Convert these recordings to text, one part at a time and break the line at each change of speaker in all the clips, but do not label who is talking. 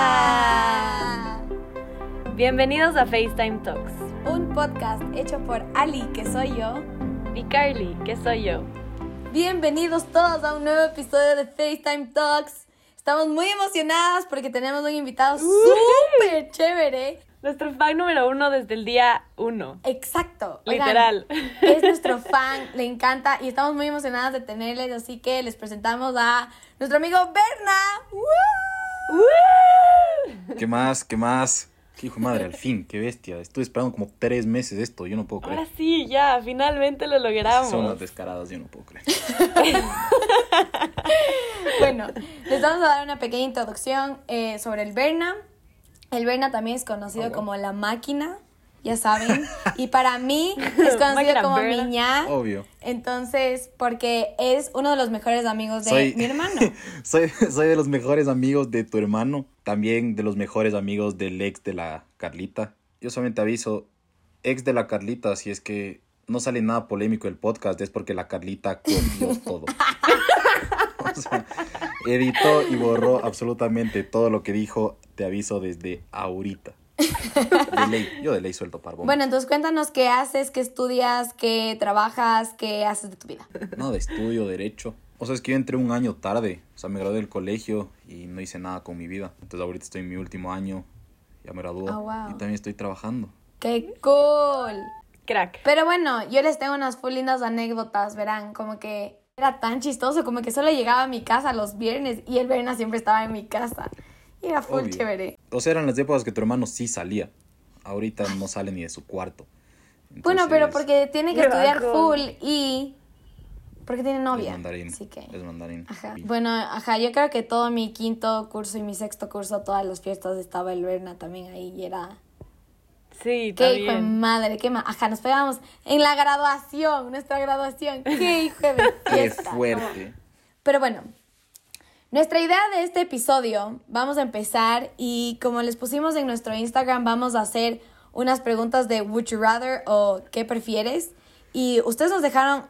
¡Hola!
Bienvenidos a FaceTime Talks
Un podcast hecho por Ali, que soy yo.
y Carly, que soy yo.
Bienvenidos todos a un nuevo episodio de FaceTime Talks. Estamos muy emocionadas porque tenemos un invitado súper chévere.
Nuestro fan número uno desde el día uno.
Exacto. Oigan,
Literal.
es nuestro fan, le encanta y estamos muy emocionadas de tenerles, así que les presentamos a nuestro amigo Berna. ¡Woo!
¡Woo!
¿Qué más? ¿Qué más? Qué hijo de madre, al fin, qué bestia. Estuve esperando como tres meses esto, yo no puedo
Ahora
creer.
sí, ya, finalmente lo
Son las
logramos.
descaradas, yo no puedo creer.
Bueno, les vamos a dar una pequeña introducción eh, sobre el Berna. El Berna también es conocido
Ah, bueno.
como la máquina, ya saben. Y para mí es conocido
Máquina
como
Berna.
Miñá.
Obvio.
Entonces, porque es uno de los mejores amigos de
Soy-
mi hermano.
soy, soy de los mejores amigos de tu hermano, también de los mejores amigos del ex de la Carlita. Yo solamente aviso, ex de la Carlita, si es que no sale nada polémico el podcast, es porque la Carlita copió todo. O sea, editó y borró absolutamente todo lo que dijo, te aviso desde ahorita. De ley, yo de ley suelto parbón.
Bueno, entonces cuéntanos qué haces, qué estudias, qué trabajas, qué haces de tu vida.
Nada de estudio, derecho. O sea, es que yo entré un año tarde. O sea, me gradué del colegio y no hice nada con mi vida. Entonces ahorita estoy en mi último año. Ya me gradué.
Ah, wow.
Y también estoy trabajando.
¡Qué cool!
Crack.
Pero bueno, yo les tengo unas full lindas anécdotas, verán, como que era tan chistoso, como que solo llegaba a mi casa los viernes y el Berna siempre estaba en mi casa. Y era full
Obvio.
chévere.
O sea, eran las épocas que tu hermano sí salía. Ahorita no sale ni de su cuarto.
Bueno, pero
Entonces,
porque tiene que
Qué
estudiar
bajón.
full y... Porque tiene
Es
novia.
mandarín.
Así que...
Es mandarín.
Ajá.
Y-
Bueno, ajá, yo creo que todo mi quinto curso y mi sexto curso, todas las fiestas estaba el Berna también ahí y era...
Sí,
¡Qué hijo de
también.
madre! ¡Qué ma- Ajá, nos pegábamos en la graduación, nuestra graduación. ¡Qué hijo de
Qué
fiesta!
fuerte.
Pero bueno, nuestra idea de este episodio, vamos a empezar y como les pusimos en nuestro Instagram, vamos a hacer unas preguntas de Would you rather o ¿qué prefieres? Y ustedes nos dejaron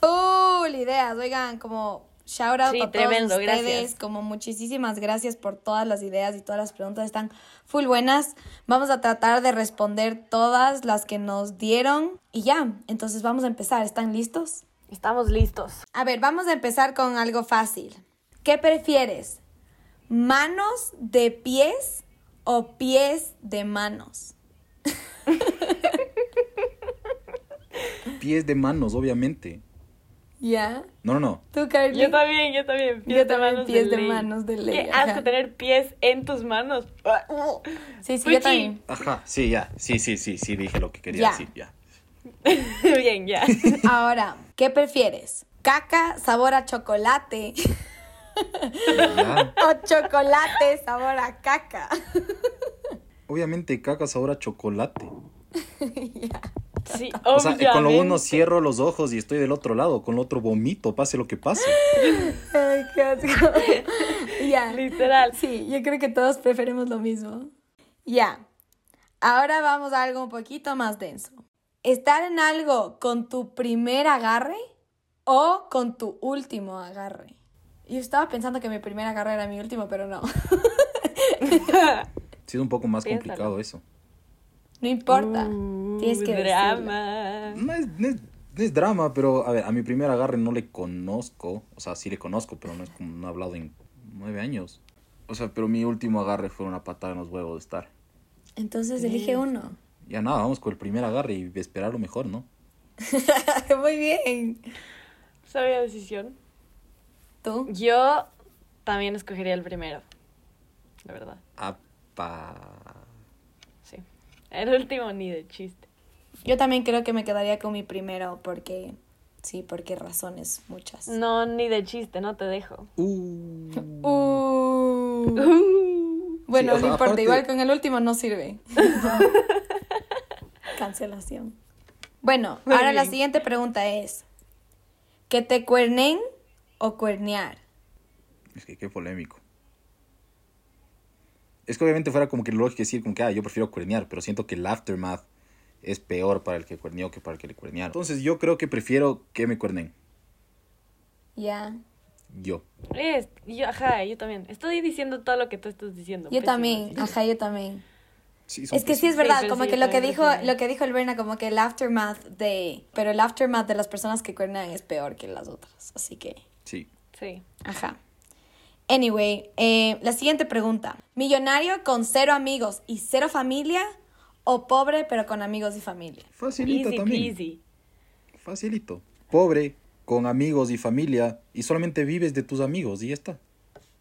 full ideas, oigan, como shout out
Sí,
a todos
tremendo,
ustedes,
gracias.
como muchísimas gracias por todas las ideas y todas las preguntas, están full buenas. Vamos a tratar de responder todas las que nos dieron y ya, entonces vamos a empezar, ¿están listos?
Estamos listos.
A ver, vamos a empezar con algo fácil. ¿Qué prefieres? ¿Manos de pies o pies de manos?
Pies de manos, obviamente.
¿Ya?
No, no, no.
¿Tú, Carly?
Yo también, yo también. Pies
Yo
de
también,
manos
pies
de
de
ley.
manos de ley,
Qué
ajá.
asco tener pies en tus manos.
Sí, sí, yo
Puchi.
también.
Ajá. Sí, ya. Sí, sí, sí, sí, dije lo que quería
Ya.
decir. Ya.
Bien, ya.
Ahora, ¿qué prefieres? ¿Caca sabor a chocolate
Ya.
o chocolate sabor a caca?
Obviamente cacas ahora chocolate.
Sí,
O sea, con lo uno
obviamente.
cierro los ojos y estoy del otro lado, con lo otro vomito, pase lo que pase.
Ay, qué asco. Ya.
Literal.
Sí, yo creo que todos preferimos lo mismo. Ya. Ahora vamos a algo un poquito más denso. ¿Estar en algo con tu primer agarre o con tu último agarre? Yo estaba pensando que mi primer agarre era mi último, pero no.
Sí, es un poco más
Piénsalo.
complicado eso.
No importa.
Uh,
Tienes que decirlo.
drama.
No es, no es- no es drama, pero a ver, a mi primer agarre no le conozco. O sea, sí le conozco, pero no es como no he hablado en nueve años. O sea, pero mi último agarre fue una patada en los huevos de estar.
Entonces elige uno.
Ya nada, vamos con el primer agarre y esperar lo mejor, ¿no?
Muy bien.
Sabia decisión.
¿Tú?
Yo también escogería el primero. La verdad,
Apa.
sí. El último ni de chiste.
Yo también creo que me quedaría con mi primero porque... Sí, porque razones muchas.
No, ni de chiste, no te dejo.
Uh.
Uh. Bueno,
Sí, o sea,
no importa,
aparte-
igual con el último no sirve. Cancelación. Bueno,
Muy
ahora la
bien.
siguiente pregunta es, ¿que te cuernen o cuernear?
Es que qué polémico. Es que obviamente fuera como que lógico decir como que, ah, yo prefiero cuernear, pero siento que el aftermath es peor para el que cuerneó que para el que le cuernearon. Entonces yo creo que prefiero que me cuernen.
Ya.
yo.
Es, yo, ajá, yo también. Estoy diciendo todo lo que tú estás diciendo.
Yo
pésimas
también,
decisiones.
ajá, yo también.
Sí, son
Es que sí es
Sí,
verdad,
pero
como
sí,
que
yo
lo que
también
dijo,
prefiero.
lo que dijo el Berna, como que el aftermath de, pero el aftermath de las personas que cuernan es peor que las otras, así que,
Sí.
Sí.
ajá. Anyway, eh, la siguiente pregunta: millonario con cero amigos y cero familia o pobre pero con amigos y familia.
Facilito
Easy
también.
peasy.
Facilito. Pobre, con amigos y familia, y solamente vives de tus amigos y ya está.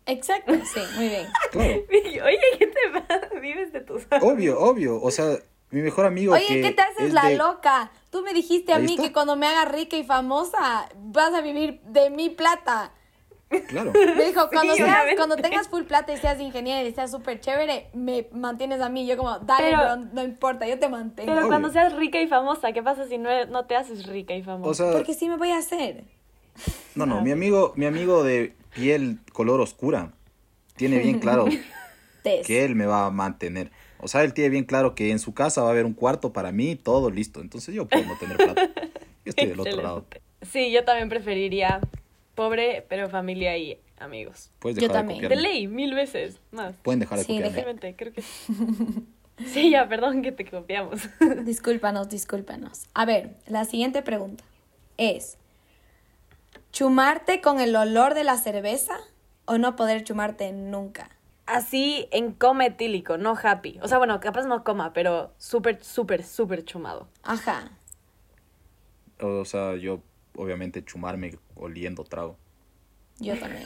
Exacto, sí, muy bien.
Claro.
Oye, ¿qué te pasa? Vives de tus
Obvio, obvio. O sea, mi mejor amigo.
Oye,
que
¿qué te haces
es
la
de-
loca? Tú me dijiste a
Ahí
mí
está.
que cuando me haga rica y famosa vas a vivir de mi plata.
Claro.
Me dijo, cuando, seas-
obviamente.
cuando tengas full plata y seas ingeniero y seas súper chévere, me mantienes a mí. Yo como, dale,
Pero-
bro, no importa, yo te mantengo.
Pero
Obvio.
cuando seas rica y famosa, ¿qué pasa si no, e, no te haces rica y famosa?
O sea,
Porque sí me voy a hacer.
no, no. Mi amigo, mi amigo de piel color oscura tiene bien claro
Test.
que él me va a mantener. O sea, él tiene bien claro que en su casa va a haber un cuarto para mí, todo listo. Entonces yo puedo no tener plata. Yo estoy del otro lado.
Excelente. Sí, yo también preferiría pobre, pero familia y amigos.
Puedes
Yo
dejar
también.
de
De
copiarme.
ley, mil veces más.
Pueden dejar de
Sí,
copiarme.
Realmente, creo que sí. Sí, ya, perdón que te copiamos.
Discúlpanos, discúlpanos. A ver, la siguiente pregunta es, ¿chumarte con el olor de la cerveza o no poder chumarte nunca?
Así en coma etílico, no happy. O sea, bueno, capaz no coma, pero súper, súper, súper chumado.
Ajá.
O sea, yo obviamente chumarme oliendo trago.
Yo también.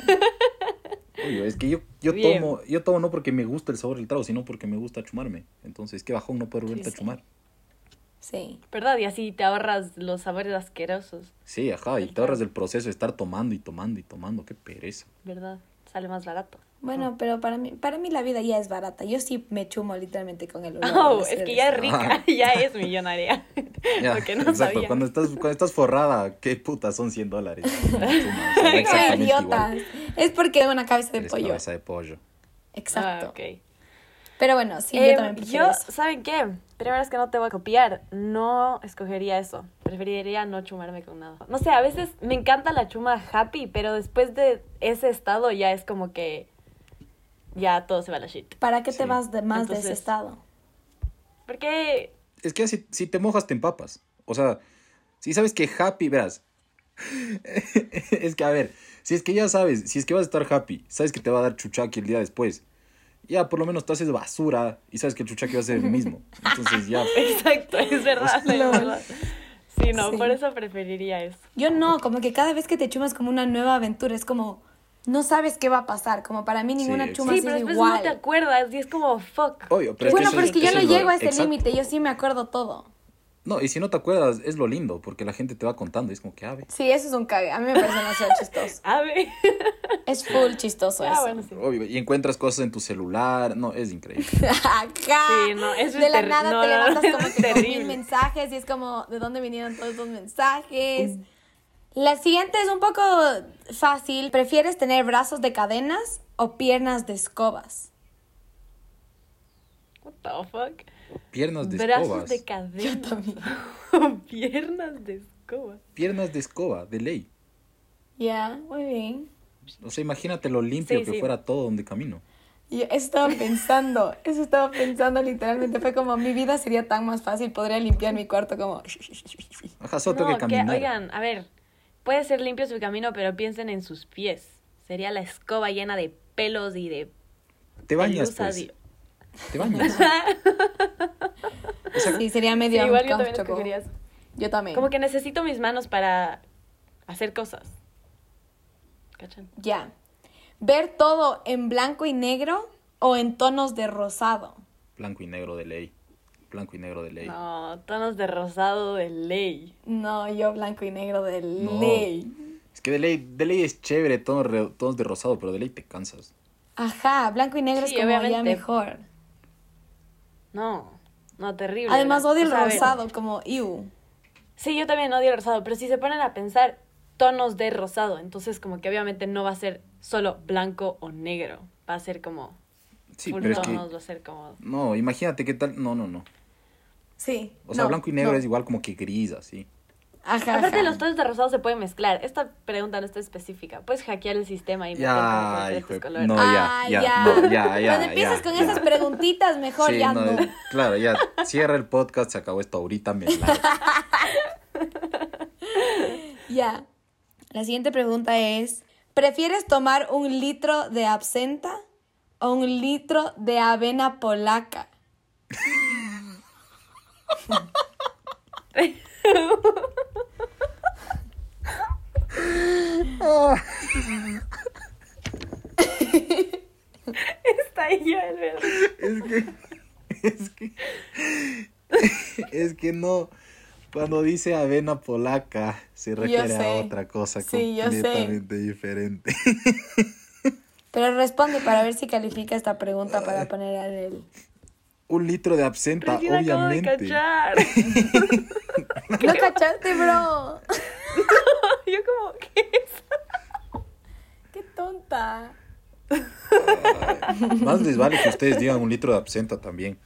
Obvio, es que yo, yo
Bien.
tomo, yo tomo no porque me gusta el sabor del trago, sino porque me gusta chumarme. Entonces, qué bajón no poder volverte
sí.
a chumar.
Sí.
¿Verdad? Y así te ahorras los sabores asquerosos,
Sí, ajá, y te
Ajá.
ahorras del proceso de estar tomando y tomando y tomando, qué pereza.
¿verdad? Sale más barato. Ah.
Bueno, pero para mí, para mí la vida ya es barata. Yo sí me chumo literalmente con el olor. de la
Oh, es que ya es
cerveza.
rica, ya es millonaria.
Ya,
Porque no
exacto,
sabía.
cuando estás cuando estás forrada, qué puta, son 100 dólares. Chuma, o sea,
Soy
exactamente
idiota.
igual.
Es porque tengo una cabeza de
Eres
pollo.
cabeza de pollo.
Exacto.
Ah, ok.
Pero bueno, sí,
Eh,
yo también prefiero
yo,
eso.
¿saben qué? Primero es que no te voy a copiar. No escogería eso. Preferiría no chumarme con nada. No sé, a veces me encanta la chuma happy, pero después de ese estado ya es como que ya todo se va a la shit.
¿Para qué te
Sí.
vas de más de
Entonces-
ese estado?
Porque
Es que si, si te mojas, te empapas. O sea, si sabes que happy, verás. es que, a ver, si es que ya sabes, si es que vas a estar happy, sabes que te va a dar chuchaqui el día después. Ya por lo menos te haces basura y sabes que el chuchaqui va a ser el mismo. Entonces ya.
Exacto, es verdad, es
Lol.
verdad. Sí, no,
Sí.
por eso preferiría eso.
Yo no, como que cada vez que te chumas como una nueva aventura, es como no sabes qué va a pasar. Como para mí ninguna
exacto.
chuma
Sí,
ha sido
pero después no
igual.
te acuerdas y es como fuck.
Obvio, pero es
bueno,
que eso
pero es que yo
eso
no
lo-
llego a ese
exacto.
límite, yo sí me acuerdo todo.
No, y si no te acuerdas, es lo lindo, porque la gente te va contando y es como que, "Ah, a ver.
Sí, eso es un cague. A mí me parece demasiado chistoso.
A ver.
Es full chistoso
Ah,
eso.
bueno, sí.
Obvio, y encuentras cosas en tu celular. No, es increíble.
Ajá.
Sí, no, eso
de
es
la
terri-
nada
no,
te
no, no,
levantas
eso
como
es
que con
terrible.
mil mensajes y es como, ¿de dónde vinieron todos esos mensajes? La siguiente es un poco fácil. ¿Prefieres tener brazos de cadenas o piernas de escobas?
What the fuck?
Piernas de
Brazos
escobas.
de cadena. Piernas de escoba.
Piernas de escoba, de ley.
Ya, muy bien.
O sea, imagínate lo limpio
Sí,
que
sí.
fuera todo donde camino.
Yo eso estaba pensando, eso estaba pensando literalmente. Fue como, mi vida sería tan más fácil, podría limpiar mi cuarto como...
Ajá, solo
no,
tengo que caminar.
oigan, a ver, puede ser limpio su camino, pero piensen en sus pies. Sería la escoba llena de pelos y de
Te bañas,
pelusa,
pues.
di-
Te bañas.
Sí, sería
Sí,
medio
igual yo también
uncomfortable.
escogería eso.
Yo también.
Como que necesito mis manos para hacer cosas. ¿Cachan?
Ya. Ver todo en blanco y negro o en tonos de rosado.
Blanco y negro de ley. Blanco y negro de ley.
No, tonos de rosado de ley.
No, yo blanco y negro de
No.
ley.
Es que de ley, de ley es chévere, todos, re- todos de rosado, pero de ley te cansas.
Ajá, blanco y negro
Sí,
es como ya
obviamente.
mejor.
No, no, terrible.
Además
¿verdad?
odio
O
el
sea, a ver,
rosado, como iu.
Sí, yo también odio el rosado, pero si se ponen a pensar tonos de rosado, entonces como que obviamente no va a ser solo blanco o negro, va a ser como
Sí,
full
pero es
tonos,
que.
va a ser como
No, imagínate qué tal. No, no, no.
Sí.
O sea,
no,
blanco y negro
no.
es igual como que gris, así.
Ajá.
Aparte,
ajá.
los tonos de rosado se pueden mezclar. Esta pregunta no está específica. Puedes hackear el sistema y meter como
Ya,
diferentes
hijo de-
colores.
No, ya,
Ah,
ya,
ya.
no, ya, ya,
Cuando empiezas
ya,
con
ya.
esas preguntitas, mejor
Sí,
ya
no,
no.
eh, Claro, ya, cierra el podcast, se acabó esto ahorita, me largo.
Ya. La siguiente pregunta es, ¿prefieres tomar un litro de absenta o un litro de avena polaca?
Está ahí ya, el verde.
Es que, es que, es que no, cuando dice avena polaca, se refiere a
sé.
otra cosa
Sí, yo sé.
completamente diferente.
Pero responde para ver si califica esta pregunta para poner a él.
Un litro de absenta,
Recién acabo de
obviamente.
cachar.
¿No cachaste, bro?
Yo como, ¿qué es?
Ah,
Qué tonta.
Más les vale que ustedes digan un litro de absenta también.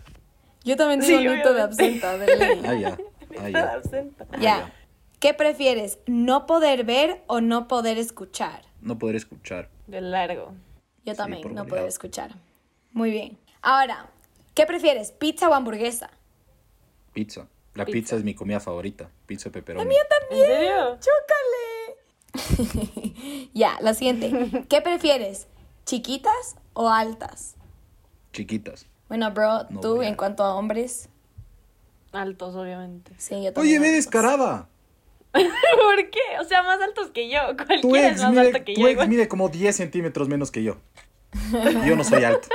Yo también digo
Sí,
un litro de
obviamente.
absenta, de ley.
Ah, ya, ah,
Está de
ya.
absenta.
Ya. ¿Qué prefieres? ¿No poder ver o no poder escuchar?
No poder escuchar.
De largo.
Yo
Sí,
también,
por
no
goleada.
poder escuchar. Muy bien. Ahora, ¿qué prefieres? ¿Pizza o hamburguesa?
Pizza. La pizza,
Pizza.
es mi comida favorita. Pizza pepperoni.
¿En serio?
¡Chúcale! ya, la siguiente. ¿Qué prefieres? ¿Chiquitas o altas?
Chiquitas.
Bueno, bro,
No,
tú
ya.
en cuanto a hombres,
Altos, obviamente.
sí, yo también.
Oye, ve
altas.
descarada.
¿Por qué? O sea, más altos que yo.
Tu
Cualquiera es
ex,
más
mide,
alto que
tu
yo.
ex
Igual,
mide como 10 centímetros menos que yo. Yo no soy alto.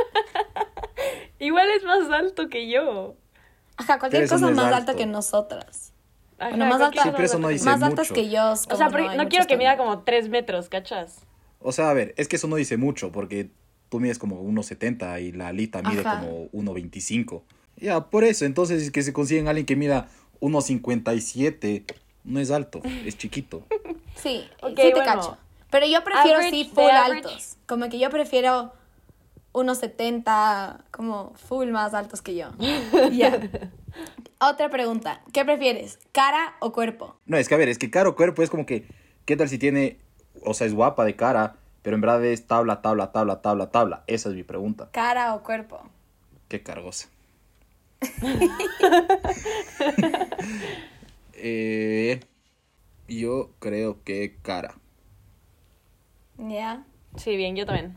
igual es más alto que yo.
Ajá, cualquier
Pero eso
cosa
no es
más
alto.
alta que nosotras.
Ajá,
Bueno, más
cualquiera
alta.
es
Siempre eso no
alto que
dice
más altas
mucho.
que yo. es
O
como,
sea, porque
hay
no quiero
muchos
que mida
también.
como 3 metros, ¿cachas?
O sea, a ver, es que eso no dice mucho, porque tú mides como 1,70 y la Alita mide
Ajá.
como 1,25. Ya, por eso, entonces es que se consiguen a alguien que mida 1,57. No es alto, es chiquito.
Sí,
Ok,
sí te
bueno.
cacho. Pero yo prefiero
Average,
sí
de
full
average.
altos. Como que yo prefiero unos 70, como full más altos que yo. Ya. Otra pregunta. ¿Qué prefieres? ¿Cara o cuerpo?
No, es que a ver, es que caro cuerpo es como que, ¿qué tal si tiene, o sea, es guapa de cara, pero en verdad es tabla, tabla, tabla, tabla, tabla? Esa es mi pregunta.
¿Cara o cuerpo?
Qué cargosa. Eh, yo creo que cara.
Ya.
Sí, bien, yo también.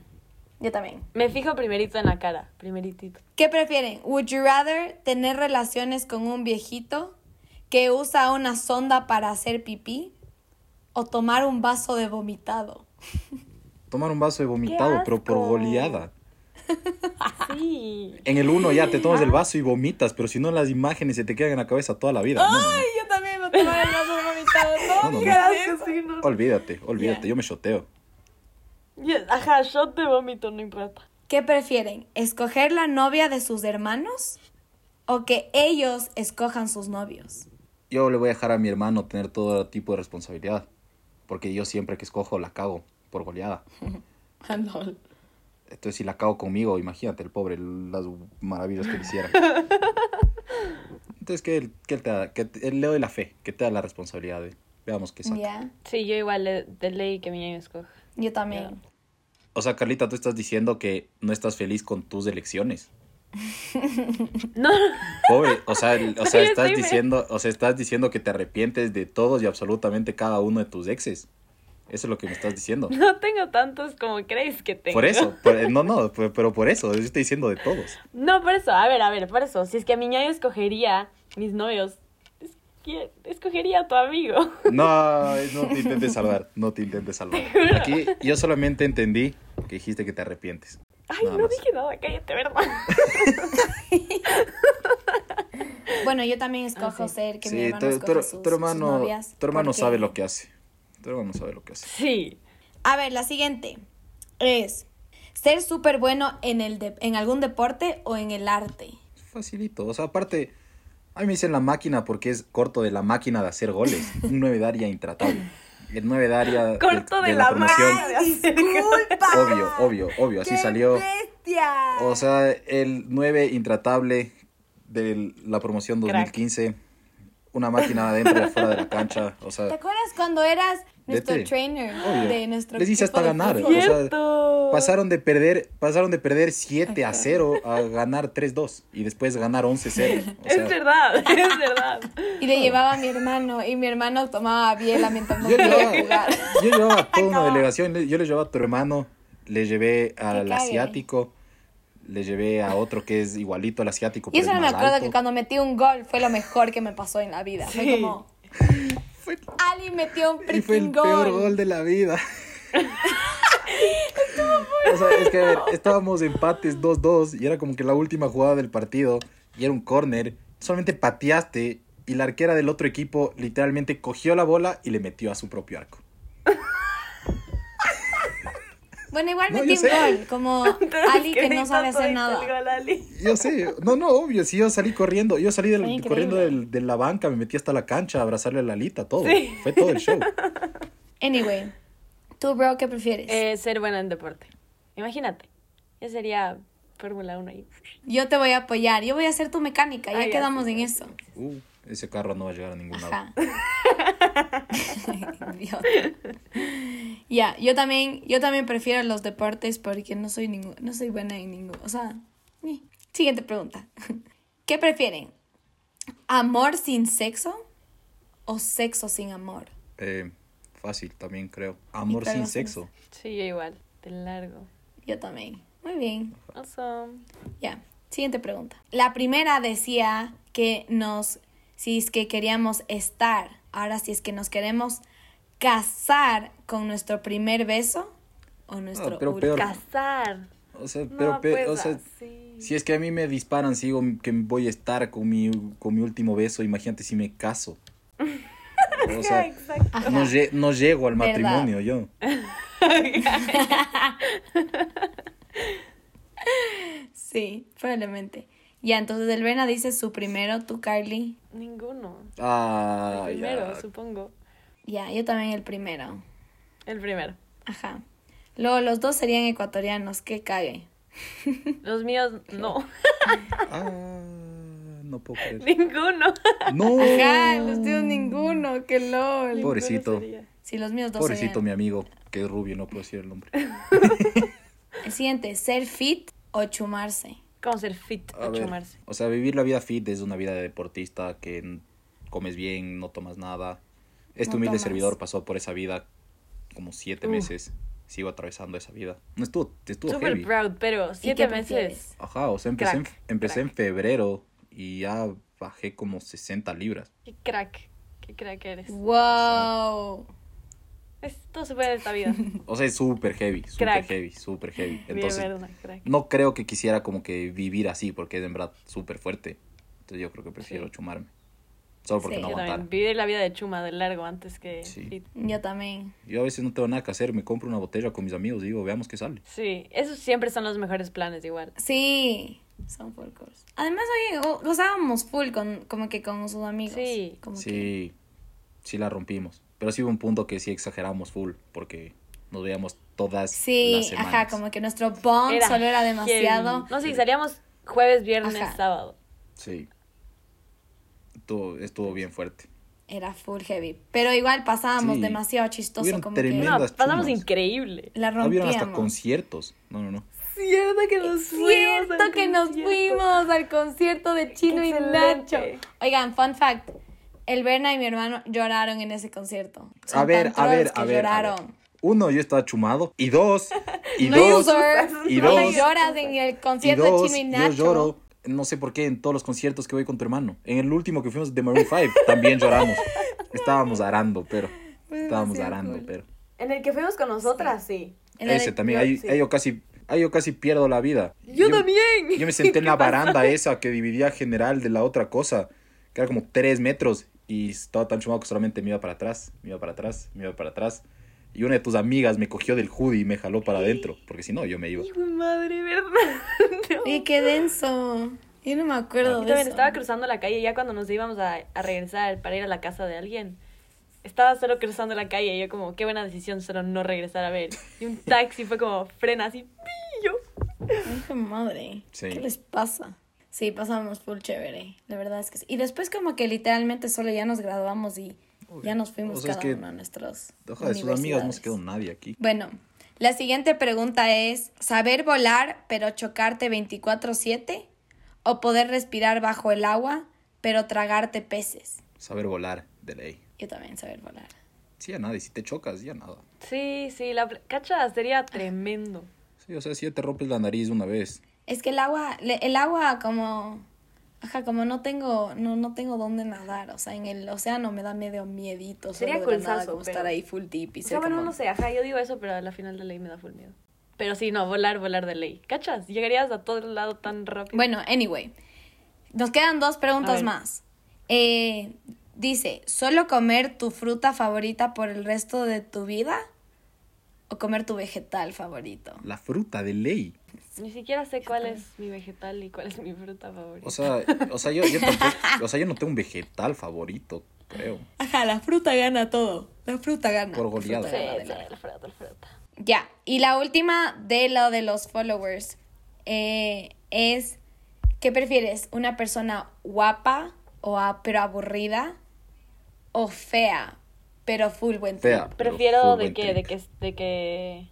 Yo también.
Me fijo primerito en la cara. Primeritito.
¿Qué prefieren? ¿Would you rather tener relaciones con un viejito que usa una sonda para hacer pipí o tomar un vaso de vomitado?
Tomar un vaso de vomitado, pero por
asco!
goleada.
Sí.
En el uno ya te tomas el vaso y vomitas, pero si no las imágenes se te quedan en la cabeza toda la vida. No, no, no.
yo también voy a tomar el vaso de vomitado.
No, no, no. Olvídate, olvídate,
Ya.
yo me shoteo.
Yes, Ajá, shot de vómito, no importa.
¿Qué prefieren? ¿Escoger la novia de sus hermanos o que ellos escojan sus novios?
Yo le voy a dejar a mi hermano tener todo tipo de responsabilidad, porque yo siempre que escojo la cago por goleada. Entonces si la cago conmigo, imagínate el pobre, las maravillas que le hiciera. Entonces que él, que él te da, que te- él le doy la fe, que te da la responsabilidad. de- Veamos qué
Ya,
saca.
Sí, yo igual le- de ley que mi niño escoja.
yo también.
O sea, Carlita, tú estás diciendo que no estás feliz con tus elecciones.
No,
Pobre, o sea, el- o sea,
Yo
estás
estoy me-
diciendo, o sea, estás diciendo que te arrepientes de todos y absolutamente cada uno de tus exes. Eso es lo que me estás diciendo.
no tengo tantos como crees que tengo.
Por eso, por- no, no, por- pero por eso, yo estoy diciendo de todos.
No, por eso, a ver, a ver, por eso. Si es que a mi ñaño escogería mis novios, es que- escogería a tu amigo.
No, no te intentes salvar, no te intentes salvar. Aquí yo solamente entendí que dijiste que te arrepientes.
Ay,
Nada
no
más.
dije nada, cállate, ¿verdad?
Bueno, yo también escojo ser que mi
Sí,
hermano
tu,
escoja
tu-
sus,
tu hermano,
sus novias.
tu hermano
porque-
sabe lo que hace. Tu hermano sabe lo que hace.
Sí.
A ver, la siguiente es ser súper bueno en, el de- en algún deporte o en el arte.
Facilito, o sea, aparte, a mí me dicen la máquina porque es corto de la máquina de hacer goles. Un 9 de área intratable. El 9 de área
Corto de la máquina. Ay,
disculpa!
Obvio, obvio, obvio, así salió.
bestia!
O sea, el 9 intratable de la promoción
Crack.
2015. una máquina adentro y afuera de la cancha. O
¿Te
sea,
acuerdas cuando eras nuestro
Vete.
trainer
Obvio.
de nuestro
Les hice
equipo
hasta
de
ganar.
fútbol?
O sea,
¡Cierto!
pasaron de perder, pasaron de perder 7 a 0 a ganar 3-2 y después ganar 11-0. O
es
sea,
verdad, es verdad.
Y le llevaba a mi hermano y mi hermano tomaba biela mientras no
Oh. yo
podía
llevaba,
jugar.
yo llevaba a toda una delegación, le- yo le llevaba a tu hermano, le llevé al
cague.
asiático, le llevé a otro que es igualito al asiático.
Y
pero
eso
es
no me
más
acuerdo
alto.
que cuando metí un gol fue lo mejor que me pasó en la vida. Fue
Sí.
como. Ali metió un
Y fue el
freaking
peor
gol.
gol de la vida. o sea, es que a ver, estábamos empates 2-2 y era como que la última jugada del partido y era un córner. Solamente pateaste y la arquera del otro equipo literalmente cogió la bola y le metió a su propio arco.
Bueno, igual
No,
metí
yo
un
sé.
gol. Como Ali que no sabe hacer nada.
Yo sé, no, no, obvio, si yo salí corriendo, yo salí del-
Fue increíble.
corriendo del- de la banca, me metí hasta la cancha a abrazarle a la alita, todo. Fue todo el show.
Anyway, tú, bro, ¿qué prefieres?
Eh, ser buena en deporte. Imagínate. Yo sería Fórmula 1 ahí.
Yo te voy a apoyar. Yo voy a ser tu mecánica. Ya
Ah, ya,
quedamos
sí,
en
sí,
eso.
Uh, ese carro no va a llegar a ningún lado.
Ajá. Idiota. Ya, yo también, yo también prefiero los deportes porque no soy ningún, no soy buena en ninguno. O sea, ni. siguiente pregunta. ¿Qué prefieren? ¿Amor sin sexo o sexo sin amor?
Eh, fácil también, creo. Amor sin
perros.
sexo.
Sí, yo igual. Te largo.
Yo también. Muy bien.
Awesome.
Ya, siguiente pregunta. La primera decía que nos, si es que queríamos estar, ahora si es que nos queremos casar con nuestro primer beso o nuestro
pero
ur-
peor.
Casar.
O sea,
No,
pero pe-
pues,
o sea,
así.
si es que a mí me disparan, sigo que voy a estar con mi, con mi último beso, imagínate si me caso. O sea,
Exacto.
Ajá.
no, lle- no llego al
Verdad.
matrimonio yo.
Sí, probablemente. Ya, entonces el Brena dice su primero, tú Carly.
Ninguno. El
Ah,
primero,
ya.
supongo.
Ya, yo también el primero.
El primero.
Ajá. Luego los dos serían ecuatorianos, que cague.
Los míos, no.
Ah, no puedo creer.
Ninguno.
No.
Ajá,
Uh.
los tíos ninguno, que lol.
Pobrecito.
Sí, los míos dos
Pobrecito
serían.
mi amigo, que es rubio, no puedo decir el nombre.
El siguiente, ser fit o chumarse.
Como ser fit
A
a
ver,
chumarse.
o sea, vivir la vida fit es una vida de deportista que n- comes bien, no tomas nada. Este
No
humilde
tomas.
servidor pasó por esa vida como siete
Uf.
meses. Sigo atravesando esa vida. No estuvo, estuvo
Super
heavy.
proud, pero
¿Y
siete
qué
meses.
prefieres?
Ajá, o sea, empecé, en,
Crack,
empecé
crack.
en febrero y ya bajé como 60 libras.
Qué crack. Qué crack eres.
Wow.
Es, todo se puede en esta vida.
O sea, es súper heavy, súper
Crack.
heavy, súper heavy.
Entonces,
Entonces,
crack.
no creo que quisiera como que vivir así porque es en verdad súper fuerte. Entonces yo creo que prefiero
Sí.
chumarme. Solo porque
Sí.
no
Yo
aguantar.
también, vivir la vida de chuma de largo antes que
Sí.
fit.
Yo también.
Yo a veces no tengo nada que hacer, me compro una botella con mis amigos y digo, veamos qué sale.
Sí, esos siempre son los mejores planes igual.
Sí, son full course. Además, oye, go- gozábamos full con, como que con sus amigos.
Sí.
Como que-
Sí, sí la rompimos. Pero sí hubo un punto que sí exageramos full, porque nos veíamos todas
Sí,
las semanas.
ajá, como que nuestro bond solo era demasiado.
heavy. No sé, salíamos jueves, viernes,
Ajá.
sábado.
Sí. Estuvo, estuvo bien fuerte.
Era full heavy. Pero igual pasábamos
Sí.
demasiado chistoso.
Hubieron
como
No,
tremendo- Tremendas
pasamos
chumas.
increíble.
que la
Habían hasta
rompíamos.
conciertos. No, no, no.
Cierto que nos
Cierto que nos fuimos al concierto de Chino y Nacho.
excelente.
Oigan, fun fact. El Berna y mi hermano lloraron en ese concierto. Son
A ver,
tan
a ver,
trolls que
a ver, a ver.
Lloraron.
Uno, yo estaba chumado. Y dos, y
no
dos,
user,
y
no
dos,
lloras en el
y
concierto de
dos,
Chino y
yo
Nacho.
lloro. No sé por qué en todos los conciertos que voy con tu hermano. En el último que fuimos de Maroon 5 también lloramos. Estábamos arando, pero.
Fue
Estábamos
demasiado
arando,
Pues, cool.
pero.
En el que fuimos con nosotras, sí.
En la
Ese
de-
también,
yo-
ahí,
sí.
ahí yo casi, ahí yo casi pierdo la vida.
Yo, también.
Yo me senté en la baranda esa que dividía general de la otra cosa, que era como tres metros, y estaba tan chumado que solamente me iba para atrás, me iba para atrás, me iba para atrás. Y una de tus amigas me cogió del hoodie y me jaló para adentro, porque si no, yo me iba.
Hijo de madre, ¿verdad? No.
Oye, qué denso. Yo no me acuerdo
Yo
de
también
eso.
estaba cruzando la calle ya cuando nos íbamos a, a regresar para ir a la casa de alguien. Estaba solo cruzando la calle y yo como, qué buena decisión solo no regresar a ver. Y un taxi fue como, frena así, pillo.
Ay, qué madre.
Sí.
¿Qué les pasa? Sí, pasamos full chévere, la verdad es que sí. Y después como que literalmente solo ya nos graduamos y ya nos fuimos
O sea, es
cada
que-
uno a nuestros
Ojalá de sus amigas no
universidades.
se quedó nadie aquí.
Bueno, la siguiente pregunta es, ¿saber volar pero chocarte 24/7? ¿O poder respirar bajo el agua pero tragarte peces?
Saber volar, de ley.
Yo también saber volar.
Sí, a nadie. Si te chocas, ya nada.
Sí, sí, la pl- cacha sería tremendo.
Sí, o sea, si ya te rompes la nariz una vez.
Es que el agua, le- el agua como, ajá, como no tengo, no, no tengo dónde nadar, o sea, en el océano me da medio miedito. solo
Sería
de la nada
coolzazo,
como
pero-
estar ahí full deep y
O
ser
sea, bueno,
como-
no sé, ajá, yo digo eso, pero a la final de ley me da full miedo. Pero sí, no, volar, volar de ley. ¿Cachas? Llegarías a todo lado tan rápido.
Bueno, anyway. Nos quedan dos
A
preguntas
ver.
más. Eh, dice, ¿solo comer tu fruta favorita por el resto de tu vida? ¿O comer tu vegetal favorito?
La fruta, de ley.
Ni siquiera sé cuál es mi vegetal y cuál es mi fruta favorita.
O sea, o sea, yo, yo tampoco- o sea, yo no tengo un vegetal favorito, creo.
Ajá, la fruta gana todo. La fruta gana.
Por goleada.
La
sí,
fruta gana de
sí,
largo.
la fruta, la fruta.
Ya, y la última de lo de los followers eh, es, ¿qué prefieres? ¿Una persona guapa o a- pero aburrida? ¿O fea pero full buen trip?
Fea. pero
Prefiero
full
de
buen
que, de
trip.
que, de que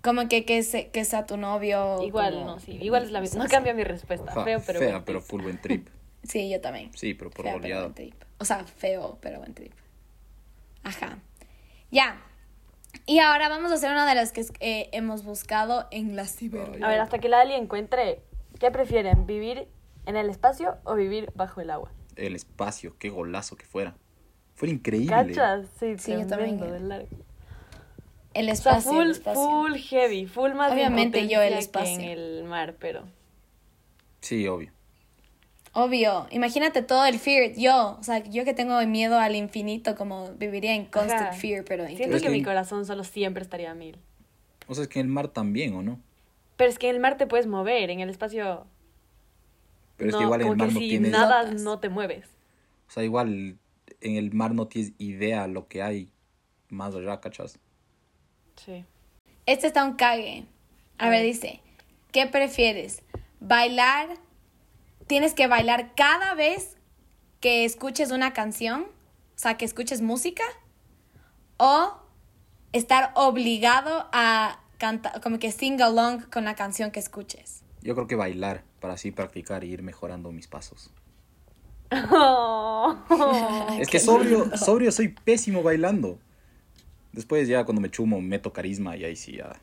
Como que, que, se- que sea tu novio.
igual,
como-
no, sí, igual es la misma. No
Sí,
cambia mi respuesta.
Ajá,
feo, pero
fea,
bueno.
pero full buen trip.
Sí, yo también.
Sí, pero por
Fea, pero
goleada.
buen trip. O sea, feo, pero buen trip. Ajá. Ya. Y ahora vamos a hacer una de las que eh, hemos buscado en la ciber.
A ver, hasta que la Ali encuentre, ¿qué prefieren? ¿Vivir en el espacio o vivir bajo el agua?
El espacio, qué golazo que fuera. Fue increíble.
¿Cachas? Sí,
Sí, yo también.
tremendo, de largo.
El
O sea,
espacio. el
full,
espacio.
full heavy, full más
Obviamente yo el
impotencia que
espacio.
en el mar, pero...
Sí, obvio.
Obvio. Imagínate todo el fear. Yo, o sea, yo que tengo miedo al infinito, como viviría en constant
Ajá.
fear, pero en
Siento
Es
que
que-
mi corazón solo siempre estaría a mil.
O sea, es que en el mar también, ¿o no?
Pero es que en el mar te puedes mover, en el espacio...
Pero es
no,
que igual en el
como
mar
que
no
si
tienes...
nadas
Flotas.
no te mueves.
O sea, igual en el mar no tienes idea lo que hay más allá, ¿cachas?
Sí.
Este está un cague. A ver, dice, ¿qué prefieres? ¿Bailar? ¿Tienes que bailar cada vez que escuches una canción? O sea, que escuches música. ¿O estar obligado a cantar, como que sing along con la canción que escuches?
Yo creo que bailar, para así practicar e ir mejorando mis pasos.
Oh.
es que sobrio, sobrio soy pésimo bailando. Después ya cuando me chumo, meto carisma y ahí sí ya...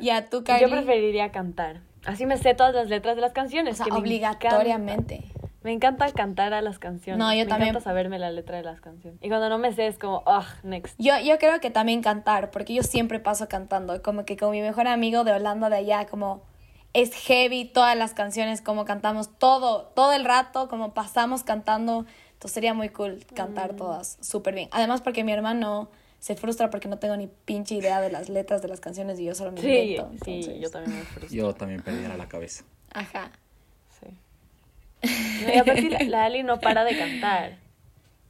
Y a tú,
Yo
Carly,
preferiría cantar. Así me sé todas las letras de las
o
canciones.
sea,
que me
obligatoriamente.
encanta- Me encanta cantar a las canciones.
No, yo
me
también.
encanta saberme la letra de las canciones. Y cuando no me sé es como, ugh, next.
Yo, yo creo que también cantar, porque yo siempre paso cantando, como que con mi mejor amigo de Holanda de allá, como es heavy todas las canciones, como cantamos todo, todo el rato, como pasamos cantando, entonces sería muy cool
Mm.
cantar todas súper bien. Además porque mi hermano se frustra porque no tengo ni pinche idea de las letras de las canciones y yo solo me
Sí,
invento.
sí,
entonces,
yo también me frustro.
Yo también perdiera la cabeza.
Ajá.
Sí. No, y aparte la, la Ali no para de cantar.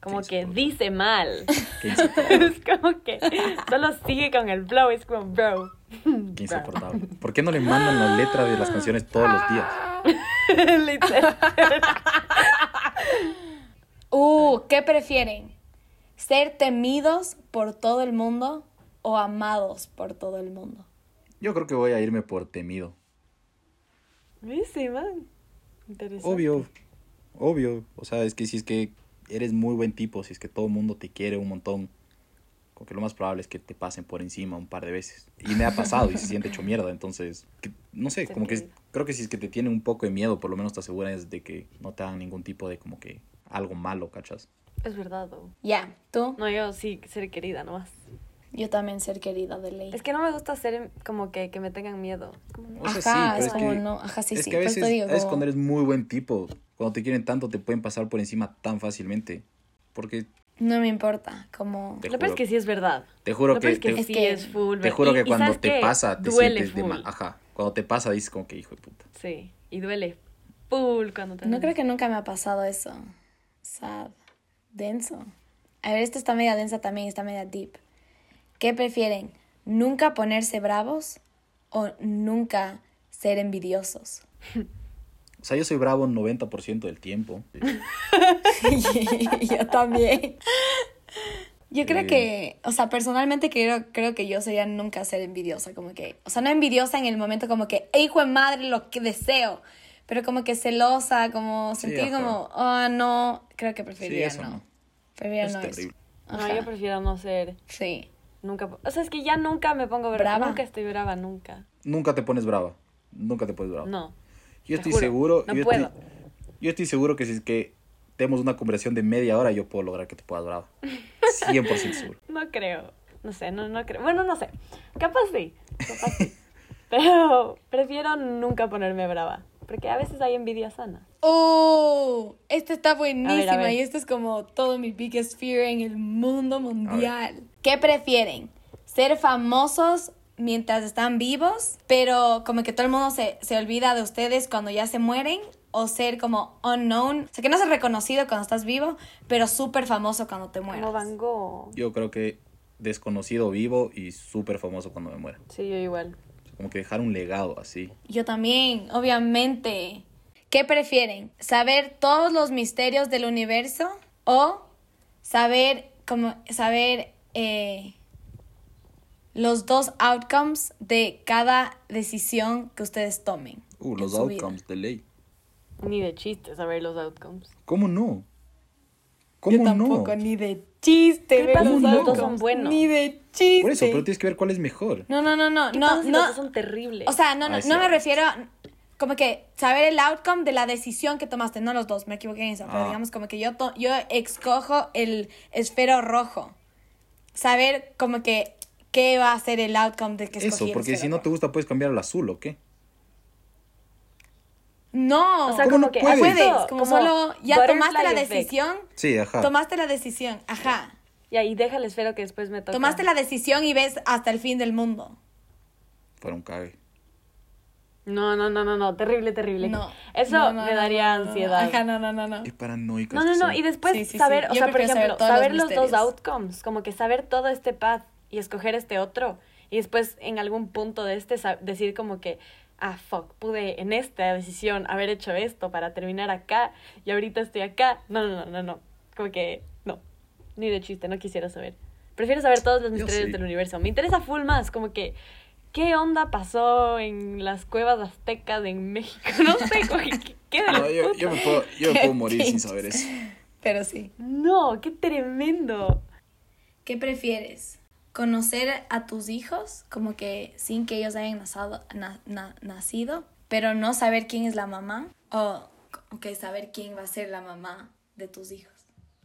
Como
Sí,
que
supongo.
dice mal.
Qué insoportable.
Es como que solo sigue con el flow. Es como, bro.
Qué insoportable. ¿Por qué no le mandan la letra de las canciones todos los días?
Literal.
Uh, ¿qué prefieren? ¿Ser temidos por todo el mundo o amados por todo el mundo?
Yo creo que voy a irme por temido.
Dice, man. Interesante.
Obvio, obvio. O sea, es que si es que eres muy buen tipo, si es que todo el mundo te quiere un montón, como que lo más probable es que te pasen por encima un par de veces. Y me ha pasado y se siente hecho mierda. Entonces, que- no sé,
Se
como que es-
entiende.
creo que si es que te tiene un poco de miedo, por lo menos te aseguras de que no te hagan ningún tipo de como que algo malo, ¿cachas?
Es verdad, though.
Ya, ¿tú?
No, yo sí ser querida nomás.
Yo también ser querida de ley.
Es que no me gusta ser como que, que me tengan miedo. Como-
O sea,
Ajá,
sí,
es
pero
como
es que,
no, ajá, sí,
es
sí,
que a
por eso
veces,
te digo,
a veces
como-
cuando eres muy buen tipo, cuando te quieren tanto, te pueden pasar por encima tan fácilmente. Porque
No me importa, como...
te
Lo peor
juro,
es que sí es verdad.
te juro
Lo
que,
peor es que
te,
Es
sí
que-
es full.
te juro
Y-
que
y
cuando
¿sabes
te
qué?
pasa, te
duele
sientes de
full.
mal. Ajá, cuando te pasa dices como que hijo de puta.
Sí, y duele full cuando te
No creo que nunca me ha pasado eso. Sad. Denso. A ver, esta está media densa también, está media deep. ¿Qué prefieren? ¿Nunca ponerse bravos o nunca ser envidiosos.
O sea, yo soy bravo 90% del tiempo.
yo también. Yo creo
Eh.
que, o sea, personalmente creo, creo que yo sería nunca ser envidiosa, como que, o sea, no envidiosa en el momento como que, "Eh, hijo de madre, lo que deseo, pero como que celosa, como
Sí,
sentir
ajá.
como, oh, no, creo que preferiría
eso
no.
no.
Preferiría
Es
no eso.
terrible.
No,
Ajá.
yo prefiero no ser.
Sí.
Nunca. O sea, es que ya nunca me pongo brava.
Brava.
Nunca estoy brava, nunca.
Nunca te pones brava. Nunca te pones brava.
No.
yo
te
estoy
juro,
seguro.
no
yo,
puedo.
Estoy, yo estoy seguro que si es que tenemos una conversación de media hora, yo puedo lograr que te puedas brava. 100% seguro.
No creo. No sé, no, no creo. Bueno, no sé. Capaz sí. Capaz sí. Pero prefiero nunca ponerme brava. Porque a veces hay envidia sana.
Oh, esta está buenísima
ver.
y esta es como todo mi biggest fear en el mundo mundial. ¿Qué prefieren? ¿Ser famosos mientras están vivos, pero como que todo el mundo se, se olvida de ustedes cuando ya se mueren? ¿O ser como unknown? O sea, que no ser reconocido cuando estás vivo, pero súper famoso cuando te
Como
mueras.
Van Gogh.
Yo creo que desconocido vivo y súper famoso cuando me muera.
Sí, yo igual.
Como que dejar un legado así.
Yo también, obviamente. ¿Qué prefieren? ¿Saber todos los misterios del universo o saber como saber eh, los dos outcomes de cada decisión que ustedes tomen?
Uh,
en
los
su vida?
outcomes de ley.
Ni de chiste saber los outcomes.
¿Cómo no? ¿Cómo
Yo tampoco,
no?
ni de chiste.
¿Qué
ver
pasa
los
si los dos
outcomes,
son buenos?
Ni de chiste.
Por eso, pero tienes que ver cuál es mejor.
No, no, no, no,
¿Qué
no,
pasa si
no.
los dos son terribles?
O sea, no, no,
Ah, sí.
no me refiero a- como que saber el outcome de la decisión que tomaste, no los dos, me equivoqué en eso, pero
Ah.
digamos como que yo, to- yo escojo el esfero rojo. Saber como que qué va a ser el outcome de que escogí
Eso,
el
porque si
esfero
no te
rojo.
gusta puedes cambiar al azul, ¿o qué?
No,
O sea,
¿Cómo
como
no
que
puedes?
puedes,
eso,
como, solo ya tomaste la
butterfly effect.
decisión,
Sí, ajá.
tomaste la decisión, ajá.
Ya, y deja el esfero que después me toca.
Tomaste la decisión y ves hasta el fin del mundo.
Fuera un cague.
No, no, no, no, no, terrible, terrible.
No.
Eso
No, no,
me
no,
daría
no, no, no.
ansiedad.
Ajá, no, no, no, no.
Qué paranoica.
No, no, no, y después
Sí, sí, sí.
saber,
Yo
o sea, por
prefiero saber
ejemplo,
todos los
saber los, dos
misterios.
outcomes, como que saber todo este path y escoger este otro, y después en algún punto de este sa- decir como que, ah, fuck, pude en esta decisión haber hecho esto para terminar acá, y ahorita estoy acá. No, no, no, no, no, como que, no, ni de chiste, no quisiera saber. Prefiero saber todos los
Yo
misterios
sí.
del universo. Me interesa full más, como que, ¿qué onda pasó en las cuevas aztecas en México? No sé, como que, ¿qué- ¿qué de
No,
los
yo, yo me puedo, yo me
Qué
puedo morir sin
pinches.
saber eso.
Pero sí.
No, qué tremendo.
¿Qué prefieres? ¿Conocer a tus hijos como que sin que ellos hayan nasado- na- na- nacido, pero no saber quién es la mamá? ¿O como que saber quién va a ser la mamá de tus hijos?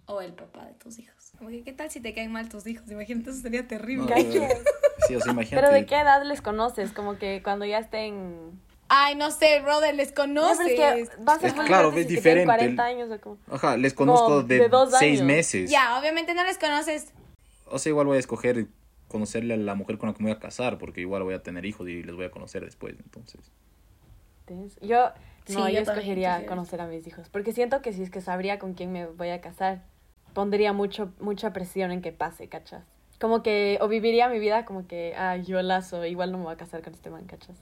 ¿O el papá de tus hijos? Como que, ¿qué tal si te caen mal tus hijos? Imagínate, eso sería
No,
terrible.
Cacho.
yo- sí, o sea, imagínate.
Pero ¿de qué edad les conoces? Como que cuando ya estén...
Ay, no sé, brother, les
No,
conoces.
pero es que va a ser
Es
muy
claro,
fuerte
es
si es que tienen
diferente.
40 años o como...
Ajá, les conozco
Como
de,
de dos
seis
años.
meses.
Ya, obviamente no les conoces.
O sea, igual voy a escoger conocerle a la mujer con la que me voy a casar, porque igual voy a tener hijos y les voy a conocer después, entonces.
Tenso. Yo...
Sí,
No,
yo también
yo, escogería
prefiero.
conocer a mis hijos. Porque siento que si es que sabría con quién me voy a casar, pondría mucho, mucha presión en que pase, ¿cachas? Como que... O viviría mi vida como que... Ah, yo lazo, igual no me voy a casar con este man, ¿cachas?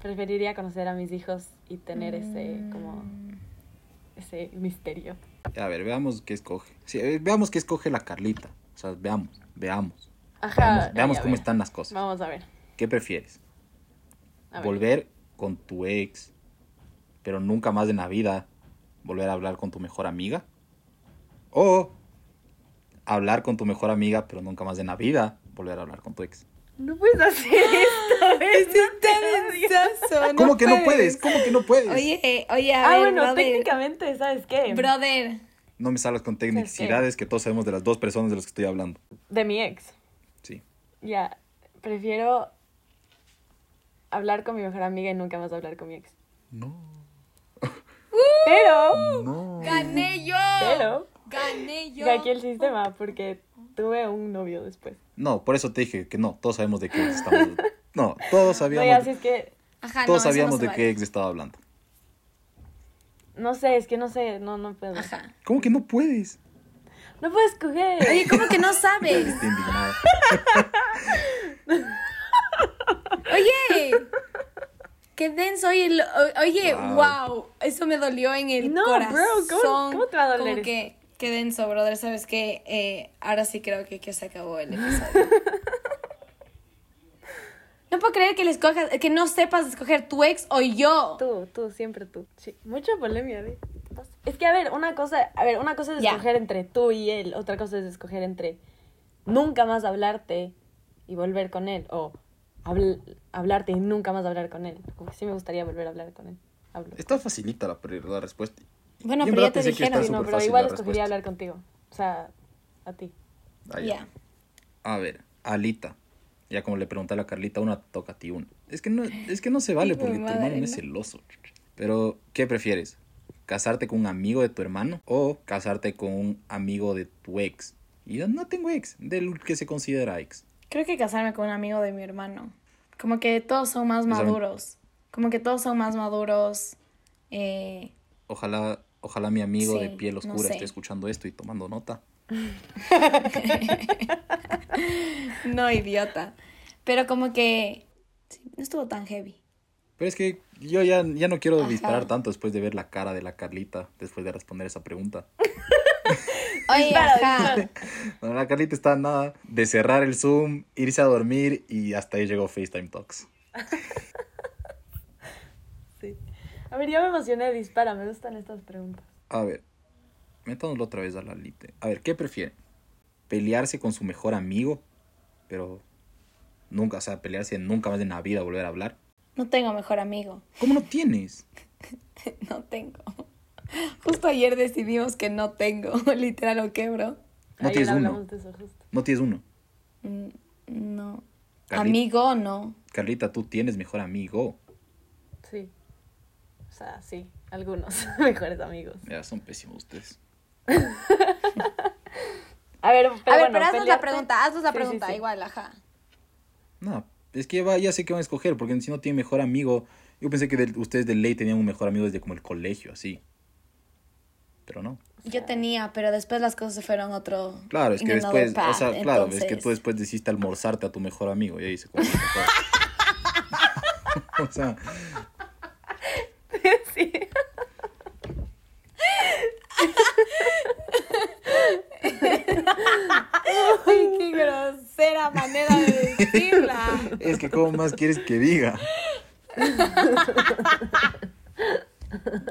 Preferiría conocer a mis hijos y tener ese... Como...
Mm.
Ese misterio.
A ver, veamos qué escoge. Sí, eh, veamos qué escoge la Carlita. O sea, veamos, veamos.
Ajá.
veamos veamos
ya, a
cómo
ver.
están las cosas.
Vamos a ver.
¿Qué prefieres?
a ver.
Volver con tu ex, pero nunca más en la vida volver a hablar con tu mejor amiga. O hablar con tu mejor amiga, pero nunca más en la vida volver a hablar con tu ex.
No puedes hacer esto. ¿ves?
¿Cómo que no puedes? ¿Cómo que no puedes?
Oye, eh, oye, a
Ah,
ver,
bueno,
brother.
técnicamente, ¿sabes qué?
Brother.
No me salgas con tecnicidades que todos sabemos de las dos personas de las que estoy hablando.
De mi ex.
Sí.
Ya, prefiero hablar con mi mejor amiga y nunca más hablar con mi ex.
No.
Pero,
No.
Gané yo.
pero,
Gané yo.
aquí el sistema porque tuve un novio después.
No, por eso te dije que no, todos sabemos de qué ex estamos. No, todos
No, ya,
sabíamos,
así es que,
Ajá,
todos
Ah, no, eso
sabíamos
no se
de
vale.
qué ex estaba hablando.
no sé, es que no sé, no, no puedo.
Ajá.
¿Cómo que no puedes?
No puedo escoger.
Oye, ¿cómo que no sabes?
Estoy indignado.
Oye, qué denso soy el... o- Oye, wow,
Wow.
eso me dolió en el
No, bro,
corazón.
¿cómo- cómo te va a
Como
doler?
que, qué denso, brother. ¿Sabes qué? Eh, ahora sí creo que, que se acabó el episodio. no puedo creer que, le escojas, que no sepas escoger tu ex o yo.
Tú, tú, siempre tú. Sí, mucha polemia, ¿eh? Es que, a ver, una cosa, a ver, una cosa es
Ya.
escoger entre tú y él, otra cosa es escoger entre nunca más hablarte y volver con él, o habl- hablarte y nunca más hablar con él. Como que sí me gustaría volver a hablar con él. Hablo.
Está facilita la, pre- la respuesta.
Bueno,
Yo en
pero ya
verdad
te
pensé que
dijeron.
está
Sí, no,
súper
pero
fácil
igual
la
escogería
respuesta.
hablar contigo. O sea, a ti.
Ah, ya.
Ya.
A ver, Alita. Ya como le pregunté a la Carlita, una te toca a ti una. Es que no, es que no se vale
Hijo
porque
de
tu
madre,
hermano no es
¿no?
celoso. Pero, ¿qué prefieres? ¿Casarte con un amigo de tu hermano o casarte con un amigo de tu ex? Y yo no tengo ex, del que se considera ex.
Creo que casarme con un amigo de mi hermano. Como que todos son más
Esa-
maduros. Como que todos son más maduros. Eh,
Ojalá, ojalá mi amigo de
Sí,
piel
no
oscura
sé.
esté escuchando esto y tomando nota.
no, idiota. Pero como que sí, no estuvo tan heavy.
Pero es que yo ya, ya no quiero
Ajá.
disparar tanto después de ver la cara de la Carlita después de responder esa pregunta.
Oye,
Dispara,
ajá.
No, la Carlita está a nada de cerrar el Zoom, irse a dormir y hasta ahí llegó FaceTime Talks.
Sí. A ver, ya me emocioné, dispara, me gustan estas preguntas.
A ver, metámoslo otra vez a la lite. A ver, ¿qué prefieren? ¿Pelearse con su mejor amigo? Pero nunca, o sea, pelearse nunca más en la vida, volver a hablar.
No tengo mejor amigo.
¿Cómo no tienes?
No tengo. Justo ayer decidimos que no tengo. Literal, ¿o qué, bro?
No
Ayer
tienes uno.
hablamos de eso justo.
No tienes uno.
Mm, No.
Carlita.
Amigo, no.
Carlita, tú tienes mejor amigo.
Sí. O sea, sí, algunos mejores amigos.
Ya, son pésimos ustedes.
A ver, pero,
a ver,
bueno,
pero haznos la
pelearte-
pregunta, haznos la
Sí, sí,
pregunta,
sí.
igual, ajá.
No, es que va, ya sé que van a escoger, porque si no tienen mejor amigo. Yo pensé que del- ustedes de ley tenían un mejor amigo desde como el colegio, así. Pero no.
Yo tenía, pero después las cosas se fueron otro.
Claro, es
in
que
another
después, o
path,
sea, claro, es que
entonces-
tú después decidiste almorzarte a tu mejor amigo y ahí se comió O sea,
Sí.
Ay, qué grosera manera de decirla.
es que ¿cómo más quieres que diga?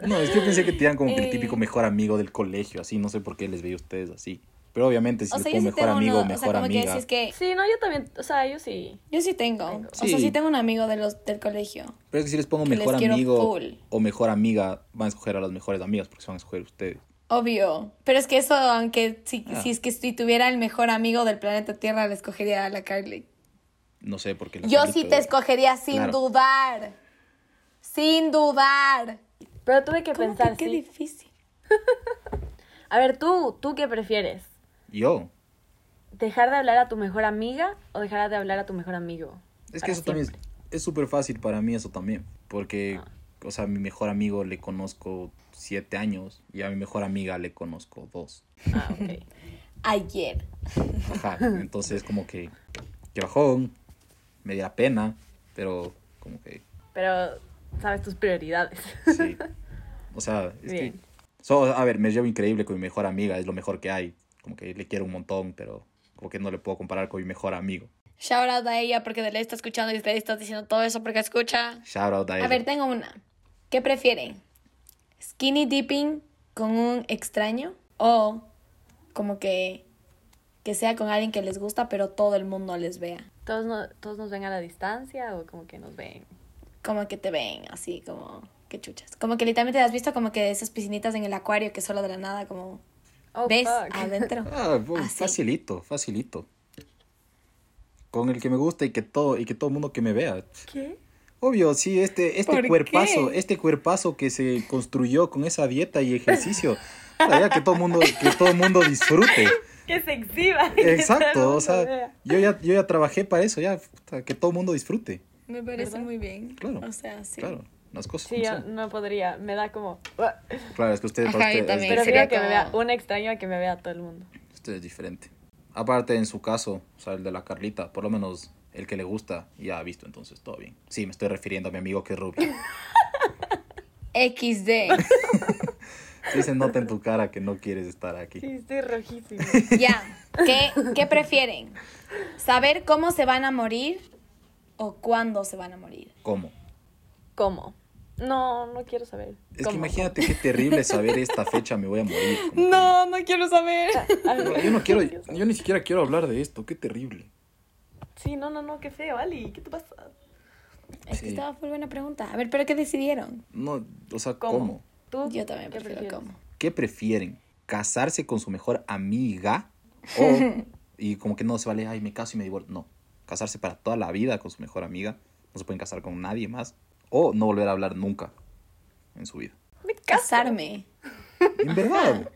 No, es que yo pensé que te eran como que el
Eh.
típico mejor amigo del colegio, así, no sé por qué les veía a ustedes así. Pero obviamente si
O
les
sea,
pongo
yo sí
mejor
tengo
amigo,
uno, o
mejor
sea, como que
amiga.
si es que
Sí, no, yo también, o sea, yo sí.
yo sí tengo. O sea,
Sí.
sí tengo un amigo de los del colegio.
Pero es que si les pongo
que les
mejor
quiero
amigo
full.
o mejor amiga, van a escoger a las mejores amigas porque se van a escoger ustedes.
Obvio, pero es que eso, aunque si,
Ah.
si es que si tuviera el mejor amigo del planeta Tierra, le escogería a la Carly.
No sé por qué. la
Yo
Carlita-
sí te escogería sin
Claro.
dudar. Sin dudar.
Pero tuve que
¿Cómo
pensar,
que qué
sí.
difícil?
A ver, tú, ¿tú qué prefieres?
Yo.
¿Dejar de hablar a tu mejor amiga o dejar de hablar a tu mejor amigo?
Es que
Para
eso también es-
siempre. Ah.
es súper fácil para mí, eso también. Porque, o sea, a mi mejor amigo le conozco siete años y a mi mejor amiga le conozco dos.
Ah, ok.
Ayer.
Ajá. Entonces, como que, qué bajón, me da pena, pero como que,
Pero sabes tus prioridades.
sí. O sea, es que.
Bien.
So, a ver, me llevo increíble con mi mejor amiga, es lo mejor que hay. Como que le quiero un montón, pero como que no le puedo comparar con mi mejor amigo.
Shout out a ella porque de ley está escuchando y de ley está diciendo todo eso porque escucha.
Shout out a
A
ella.
ver, tengo una. ¿Qué prefieren? ¿Skinny dipping con un extraño? ¿O como que, que sea con alguien que les gusta pero todo el mundo les vea?
¿Todos, no- ¿Todos nos ven a la distancia o como que nos ven?
Como que te ven así, como que chuchas. Como que literalmente has visto como que esas piscinitas en el acuario que solo de la nada como
Oh,
ves
fuck.
adentro.
Ah, pues,
Así.
facilito, facilito. Con el que me gusta y que todo y que todo mundo que me vea.
¿Qué?
Obvio, sí, este
¿Por
este
qué?
cuerpazo, este cuerpazo que se construyó con esa dieta y ejercicio. O sea, ya que todo mundo que todo mundo disfrute.
Que se exhiba. que todo el
Exacto,
mundo
o sea,
vea.
yo ya yo ya trabajé para eso, ya puta, que todo mundo disfrute.
Me parece muy bien.
Claro.
O sea, sí.
Claro, las cosas
Sí,
como
yo
son.
no podría, me da como...
Claro, es que ustedes
Ajá, yo
ustedes
también.
Pero
sería
creo que me vea
como-
un extraño a que me vea todo el mundo.
Esto Este es diferente. Aparte, en su caso, o sea, el de la Carlita, por lo menos el que le gusta ya ha visto, entonces todo bien. Sí, me estoy refiriendo a mi amigo que es rubio.
XD.
Sí se nota en tu cara que no quieres estar aquí.
Sí, estoy rojísimo.
Ya. ¿Qué, ¿Qué prefieren? ¿Saber cómo se van a morir o cuándo se van a morir?
¿Cómo?
¿Cómo? No, no quiero saber.
Es que
¿Cómo?
imagínate qué terrible saber esta fecha me voy a morir. como
No, no quiero saber.
que- Yo no quiero, yo ni siquiera quiero hablar de esto, qué terrible.
Sí, no, no, no, qué feo, Ali. ¿Qué te pasa?
Es que
Sí.
estaba muy buena pregunta. A ver, ¿pero qué decidieron?
No, o sea,
¿Cómo?
¿cómo?
¿Tú?
Yo también
qué
prefiero
prefieres?
cómo.
¿Qué prefieren? ¿Casarse con su mejor amiga? O, y como que no se vale, ay, me caso y me divorcio. No, casarse para toda la vida con su mejor amiga. No se pueden casar con nadie más. O no volver a hablar nunca en su vida.
Me caso,
Casarme.
En verdad,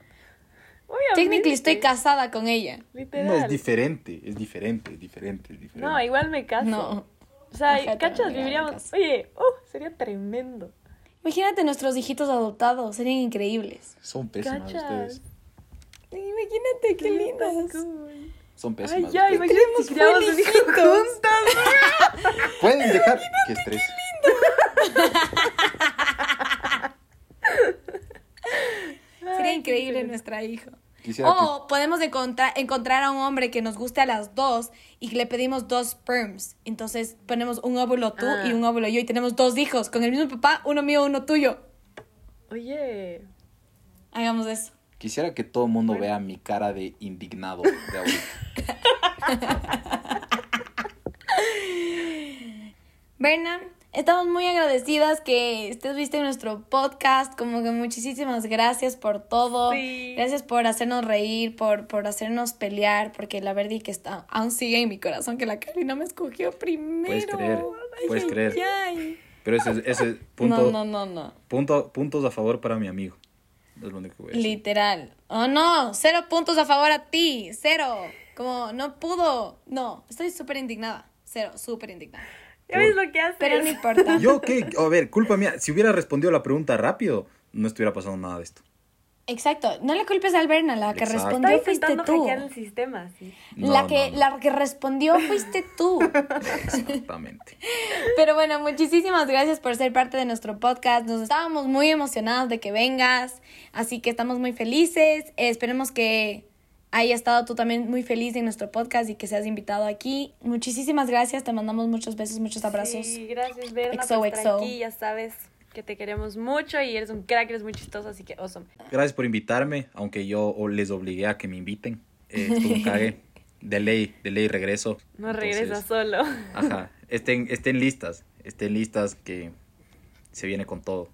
obviamente.
Técnicamente estoy casada con ella.
Literal.
no es diferente, es diferente, es diferente, es diferente.
No, igual me caso.
No.
O sea,
Ojete, no,
cachas,
mira, me
viviríamos.
caso.
Oye, uh, sería tremendo.
Imagínate nuestros hijitos adoptados, serían increíbles.
Son pésimas
Cachas.
ustedes.
Imagínate qué lindos.
cool.
Son pésimas.
Ay, ya,
ustedes.
imagínate si criamos un hijo juntas.
Pueden dejar. Qué estrés.
Sería increíble nuestra hija.
Quisiera
Oh.
que-
O podemos encontrar, encontrar a un hombre que nos guste a las dos y le pedimos dos sperms. Entonces ponemos un óvulo tú
Ah.
y un óvulo yo y tenemos dos hijos con el mismo papá, uno mío, uno tuyo.
Oye,
Hagamos eso.
Quisiera que todo el mundo vea mi cara de indignado de ahorita.
Berna, estamos muy agradecidas que estés viste en nuestro podcast, como que muchísimas gracias por todo.
Sí.
Gracias por hacernos reír, por, por hacernos pelear, porque la Verdi que está aún sigue en mi corazón, que la Cali no me escogió primero.
Puedes creer,
Ay,
puedes
ay,
creer.
ay.
Pero ese, ese
No,
punto,
no, no, no.
punto- puntos a favor para mi amigo. Es lo único que voy a decir.
Literal. Oh, no, cero puntos a favor a ti, cero. Como no pudo. No, estoy súper indignada. Cero, súper indignada.
¿ya ves lo que haces?
Pero no importa.
Yo qué, a ver, culpa mía, si hubiera respondido la pregunta rápido, no estuviera pasando nada de esto.
Exacto, no le culpes al Berna, la que
Estaba
Exacto.
respondió fuiste
intentando
tú.
hackear el sistema, sí.
No,
la, que,
no, no.
la que respondió fuiste tú.
Exactamente.
Pero bueno, muchísimas gracias por ser parte de nuestro podcast. Nos estábamos muy emocionados de que vengas, así que estamos muy felices. Eh, esperemos que haya estado tú también muy feliz en nuestro podcast y que seas invitado aquí. Muchísimas gracias, te mandamos muchos besos, muchos abrazos.
Sí, gracias, Berna,
XOXO.
por estar aquí. Ya sabes que te queremos mucho y eres un crack, eres muy chistoso, así que awesome.
Gracias por invitarme, aunque yo o- les obligué a que me inviten. Eh, estuvo un cague. De ley, de ley regreso.
No
Entonces,
regresas solo.
Ajá, estén, estén listas, estén listas que se viene con todo.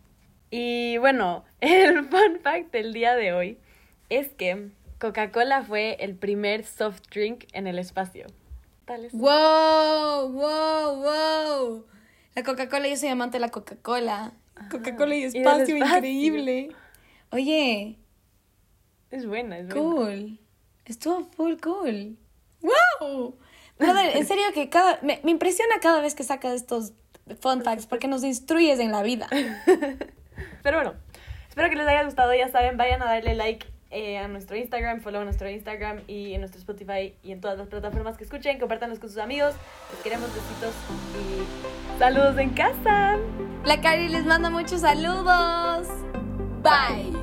Y bueno, el fun fact del día de hoy es que Coca-Cola fue el primer soft drink en el espacio. Tal es.
¡Wow! ¡Wow! ¡Wow! La Coca-Cola, yo soy amante de la Coca-Cola. Coca-Cola y
Ah, y del
espacio,
espacio.
increíble. Oye,
Es buena, es buena.
cool. Estuvo full cool. ¡Wow! Brother, en serio que cada, me, me impresiona cada vez que sacas estos fun facts porque nos instruyes en la vida.
Pero bueno, espero que les haya gustado. Ya saben, vayan a darle like eh, a nuestro Instagram, follow a nuestro Instagram y en nuestro Spotify y en todas las plataformas que escuchen. Compártanos con sus amigos. Les queremos besitos y saludos en casa.
La Cari les manda muchos saludos. Bye.